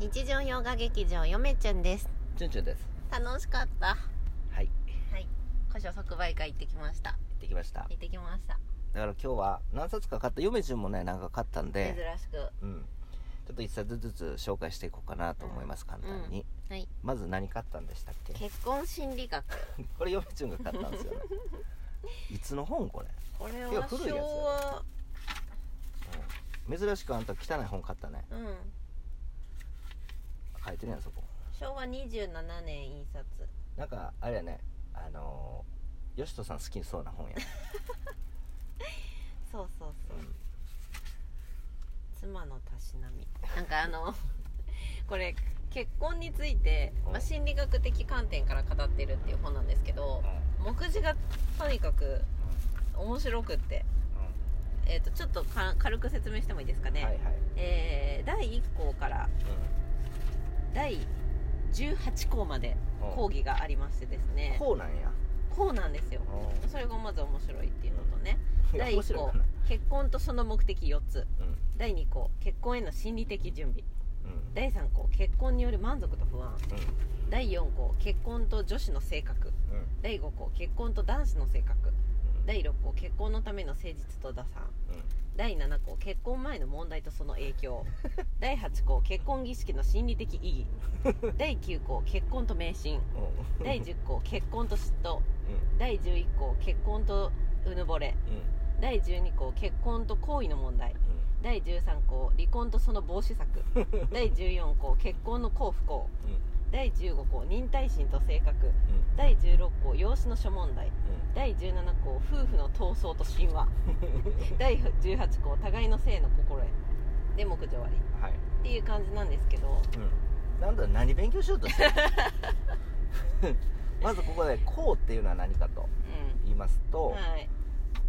日常洋画劇場よめちゅんですチュンチュンです楽しかったははい行い古書即売会行ってきましたってきました行ってきましただから今日は何冊か買った嫁順もねなんか買ったん珍で、しくうん、ちょっと一冊ずつ紹介していこうかなと思います、簡単に、はいまず何買ったんでしたっけ結婚心理学これ嫁順が買ったんです よねいつの本これ、これいやは古いやつ昭和うん珍しくあんた汚い本買ったねうん書いてるやんそこ昭和27年印刷なんかあれやねあのー、よしとさん好きそうな本や、そうそうそううん妻のたしなみなんかあの これ結婚について、まあ、心理学的観点から語ってるっていう本なんですけど目次がとにかく面白くって、えー、とちょっとか軽く説明してもいいですかね、はいはい、えー第1項から第18項までうんうん講義がありましてですねこうなんやこうなんですようんそれがまず面白いっていうのとねいや第面1白い項かな結婚とその目的4つうん第2項結婚への心理的準備うん第3項結婚による満足と不安第4項結婚と女子の性格うんうん第5項結婚と男子の性格第6項結婚のための誠実と打算うん第7項結婚前の問題とその影響第8項結婚儀式の心理的意義第9項結婚と迷信うん第10項結婚と嫉妬うん第11項結婚とうぬぼれうんうん第12項結婚と行為の問題第13項離婚とその防止策第14項結婚の幸不幸うん第15項忍耐心と性格うん第16項養子の諸問題第17項夫婦の闘争と神 話第18項互いの性の心得で目次終わりうんはいっていう感じなんですけどうんなんだ何勉強しようとしてるまずここで「こう」っていうのは何かとう言いますんと、はい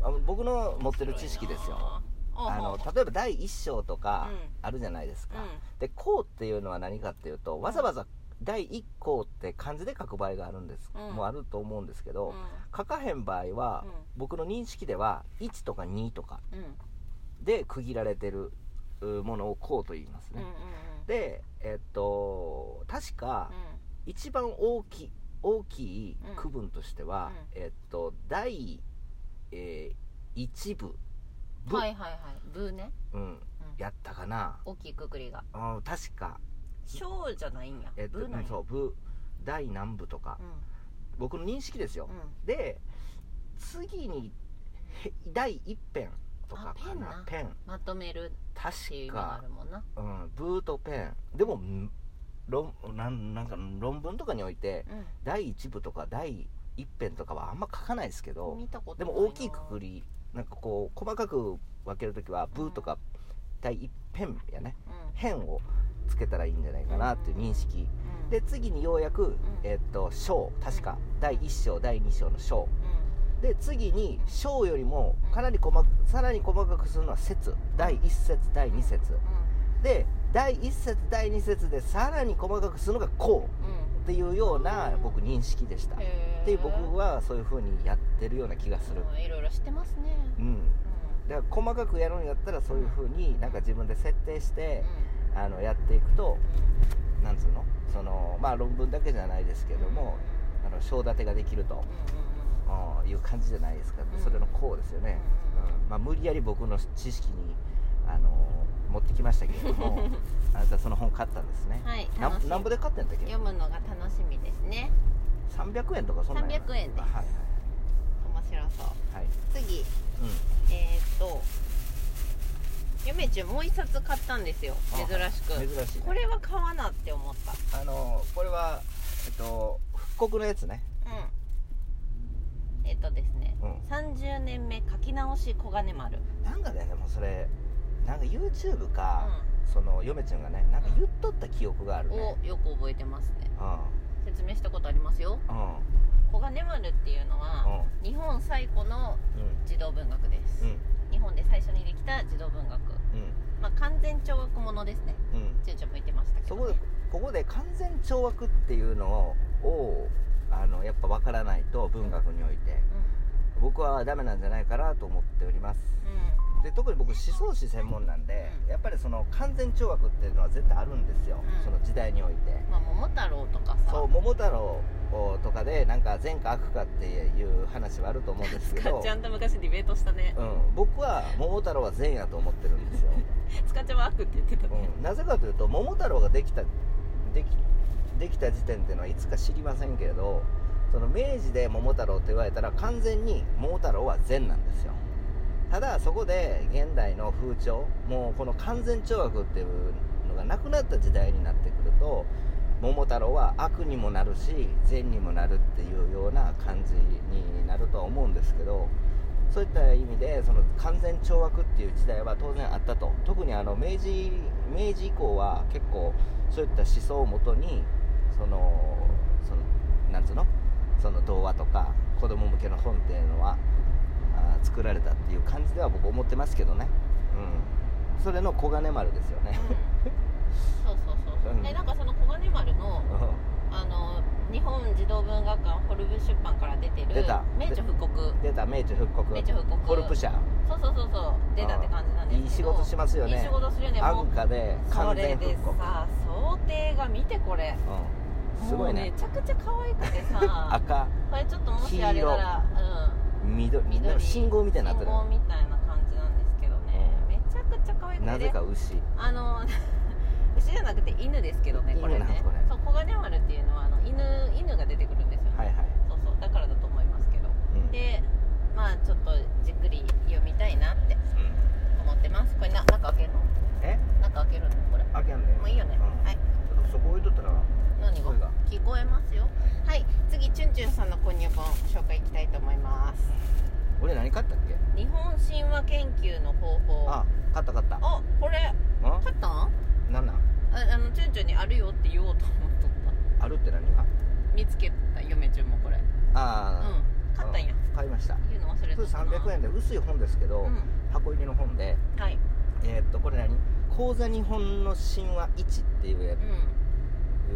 あの僕の持ってる知識ですよああのの例えば第一章とかうんあるじゃないですか、うで「こう」っていうのは何かっていうとわざわざ第一項って漢字で書く場合があるんです、うんもうあると思うんですけど、ん書かへん場合は、僕の認識では1とか2とかうんうんで区切られてるうものを「こう」と言いますうんうんうね、んうんでえっと確かう一番大きい大きい区分としては、えっと第、えー一部ん部、はいはいはいブーねうん、うんやったかな、大きいくくりがうん、確か、小じゃないんやえっとブーなんやそう部第何部とか、う僕の認識ですよ、んうんで次にへ第一編とかかなあペンまとめるっていう意味確があかるもんなうん、ブーとペンでもん論なんなんか論文とかにおいてう第1部とか第1編とかはあんま書かないですけんど見たことでも大きいくくりなんかこう細かく分けるときはブーとか第1編やね編をつけたらいいんじゃないかなっていう認識で次にようやく、えっと章確か第1章第2章の章で次に章よりもかなり細かさらに細かくするのは節第1節第2節で第1節第2節でさらに細かくするのがこうっていうような僕認識でしたっていう僕ははそういう風にやってるような気がするいろいろしてますねうんだから細かくやるんやったらそういう風になんか自分で設定してあのやっていくとなんつうのそのまあ論文だけじゃないですけどもあの章立てができるとうんいう感じじゃないですかうんそれのこうですよねうんまあ無理やり僕の知識にあの持ってきましたけれども あなたその本買ったんですねはいな楽しなんぼで買ってんだっけ読むのが楽しみですね300円とかそんなんやな300円ですはいはい面白そうはい次うんえっとゆめちゅんもう一冊買ったんですよ珍しく珍しいねこれは買わなって思ったあのこれはえっと復刻のやつねうんえっとですねうん30年目書き直し黄金丸なんかねでもそれなんか YouTube か、うその嫁ちゃんがねなんか言っとった記憶があるんねをよく覚えてますねうん説明したことありますようん黄金丸っていうのは日本最古のう児童文学です、んうん日本で最初にできた児童文学まあ完全懲悪ものですねうんうんちゅんちゃんも言ってましたけそど、こね、でここで完全懲悪っていうのをあのやっぱ分からないと文学において僕はダメなんじゃないかなと思っておりますうんで特に僕思想史専門なんで、やっぱりその完全懲悪っていうのは絶対あるんですよ、うんその時代においてまあ桃太郎とかさそう桃太郎とかでなんか善か悪かっていう話はあると思うんですけ塚どちゃんと昔ディベートしたねうん、僕は桃太郎は善やと思ってるんですよ、塚ちゃんは悪って言ってたねうん、なぜかというと桃太郎ができたできできた時点っていうのはいつか知りませんけれどその明治で桃太郎と言われたら完全に桃太郎は善なんですよただそこで現代の風潮もうこの完全懲悪っていうのがなくなった時代になってくると桃太郎は悪にもなるし善にもなるっていうような感じになるとは思うんですけどそういった意味でその完全懲悪っていう時代は当然あったと特にあの明治明治以降は結構そういった思想をもとにそのそのなんつうのその童話とか子供向けの本っていうのはあー作られたっていう感じでは僕思ってますけどね、うん、それの黄金丸ですよね、そうそうそうそう、うんえなんかその小金丸のうあの日本児童文学館ホルブ出版から出てる出た名著復刻ん出た明治復刻明治復刻コルプ社そうそうそうそう出たって感じなんですけどいい仕事しますよいねい仕事するよねも安う価でそ完れ全で復刻、さ想定が見てこれうん、すごいもうめねちゃくちゃ可愛くて さ赤これちょっともしあれなら、緑うん、なん緑か信号みたいになってる信号みたいな感じなんですけどね、うんめちゃくちゃ可愛くてなぜか牛あの 牛じゃなくて犬ですけどねこれ犬なんでねすこれそう小金丸っていうのはあの犬犬が出てくるんですよね、はいはい、そうそうだからだと思いますけどうんでまあちょっとじっくり読みたいなってうん思ってますこれな中開けるのえ中開けるのこれあけんねもういいよね、うんはいちょっとそこ置いとったら何が声が聞こえますよはい次チュンチュンさんの購入本紹介いきたいと思います俺何買ったっけ日本神話研究の方法あ買った買ったあこれう買ったんあんなんなんあのチュンチュンにあるよって言おうと思っとったあるって何が見つけた嫁ちゃんもこれうあんあ買ったんや買いました言うの忘れこてれたな300円で薄い本ですけど、うん箱入りの本ではいえーっとこれ何「講座日本の神話1」っていうやう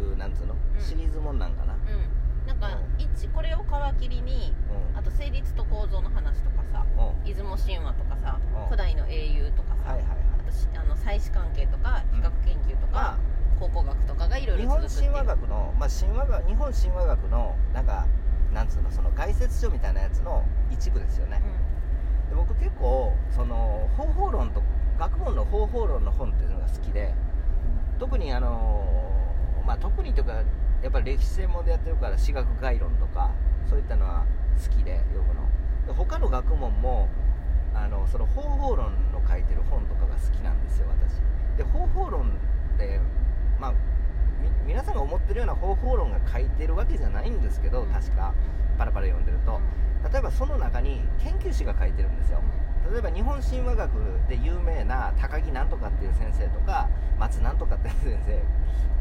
んいうなんつうの、んシリーズもんなんかな、うんなんかうん一これを皮切りにうんあと成立と構造の話とかさうん出雲神話とかさうん古代の英雄とかさ、はいはいはいあとしあの祭祀関係とか比較研究とまか、考古学とかがいろいろ日本神話学の、まあ、神話学日本神話学のなんかなんつうのその解説書みたいなやつの一部ですよね、で僕結構その方法論と学問の方法論の本っていうのが好きで特にあのまあ特にというかやっぱり歴史専門でやってるから史学概論とかそういったのは好きで読むので他の学問もあのその方法論の書いてる本とかが好きなんですよ私で方法論ってまあみ皆さんが思ってるような方法論が書いてるわけじゃないんですけど確かパラパラ読んでると例えばその中に研究士が書いてるんですよ例えば日本神話学で有名な高木なんとかっていう先生とか松なんとかっていう先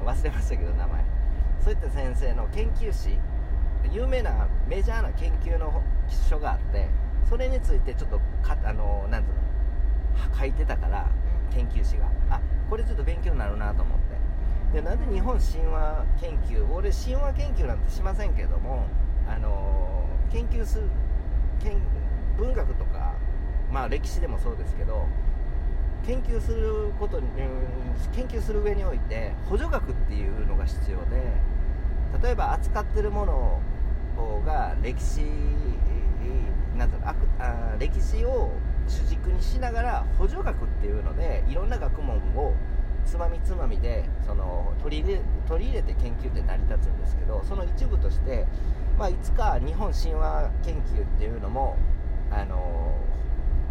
生忘れましたけど名前そういった先生の研究史有名なメジャーな研究の書があってそれについてちょっとかあのなんていうの書いてたから研究士があこれちょっと勉強になるなと思ってでなんで日本神話研究俺神話研究なんてしませんけどもあのー研究する研文学とかまあ歴史でもそうですけど研究することにうん研究する上において補助学っていうのが必要で例えば扱ってるものが歴史なんていうのあくあー歴史を主軸にしながら補助学っていうのでいろんな学問をつまみつまみでその取り入れ取り入れて研究って成り立つんですけどその一部として、まあ、いつか日本神話研究っていうのもあの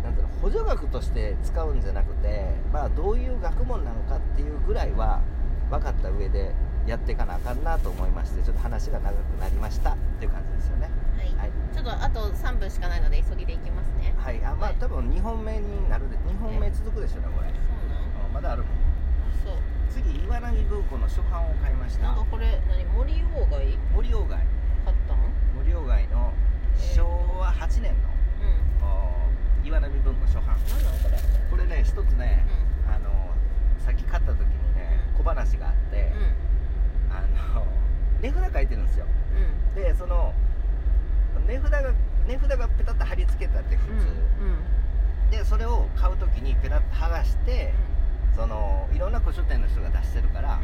なんていうの補助学として使うんじゃなくて、まあ、どういう学問なのかっていうぐらいは分かった上でやっていかなあかんなと思いましてちょっと話が長くなりましたっていう感じですよね。はいはいちょっとあと3分しかないので急ぎでいきますねはい、あまあはい多分2本目になるで2本目続くでしょうねこれそうなんあまだあるもんそう次岩波文庫の初版を買いましなたんかこれ何森鴎外森鴎外買ったん森鴎外の昭和8う年のんおー岩波文庫初版なんなんこれこれね一つねう、んあのさっき買った時にね小話があって、あの値札書いてるんですようんうんでその値札が値札がペタッと貼り付けたって普通、うんでそれを買う時にペラッと剥がしてそのいろんな古書店の人が出してるから、あの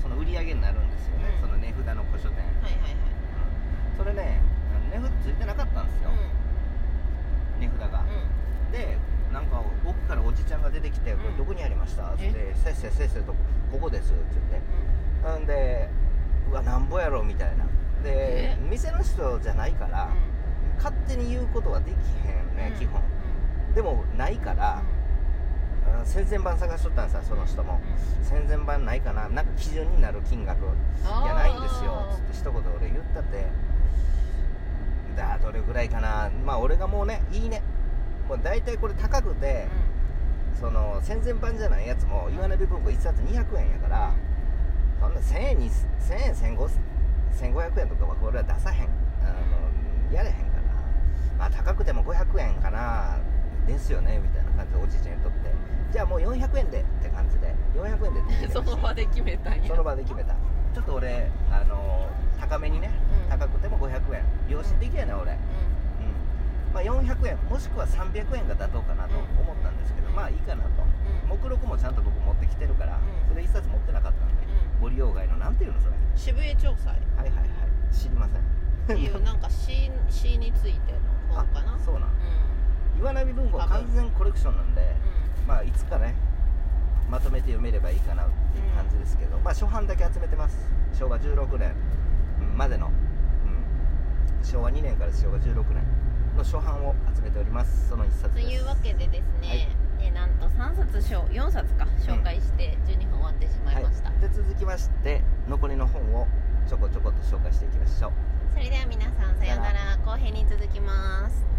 その売り上げになるんですよね、うんその値札の古書店、はいはいそれねあの値札ついてなかったんですよは、い値札が、でなんか奥からおじちゃんが出てきて「うんこれどこにありました?」っつっえて「せっせせっせとここです」っつってなんで「うわなんぼやろ」みたいなでえ店の人じゃないから、勝手に言うことはできへんね、基本でもないから、あ戦前版探しとったんですよその人も、戦前版ないかななんか基準になる金額じいやないんですよ」つって一言俺言ったって「だどれぐらいかなまあ俺がもうねいいねもう大体これ高くて、その戦前版じゃないやつも岩波文庫1冊200円やからそんな1000円に1000円1500 1500円とかはこれは出さへんあのやれへんからまあ高くても500円かなですよねみたいな感じでおじいちゃんにとってじゃあもう400円でって感じで400円でって言って その場で決めたんやその場で決めたちょっと俺あの高めにねうん高くても500円良心的やね俺うんまあ400円もしくは300円が妥当かなと思ったんですけどまあいいかなとうん目録もちゃんと僕持ってきてるかうらんそれ一冊持ってなかったんでうご利用外のなんていうのそれん渋江調査はいはいはい知りませっんていうなんか詩詩についての本かなそううなん岩波文庫は完全コレクションなんでんまあいつかねまとめて読めればいいかなっていう感じですけど、まあ初版だけ集めてます昭和16年うんまでの、うん、昭和2年から昭和16年の初版を集めておりますその一冊とですいうわけでですね、えーなんと3冊しょう4冊か紹介して12分終わってしまいました、で続きまして残りの本をちょこちょこと紹介していきましょうそれでは皆さんさようなら後編に続きます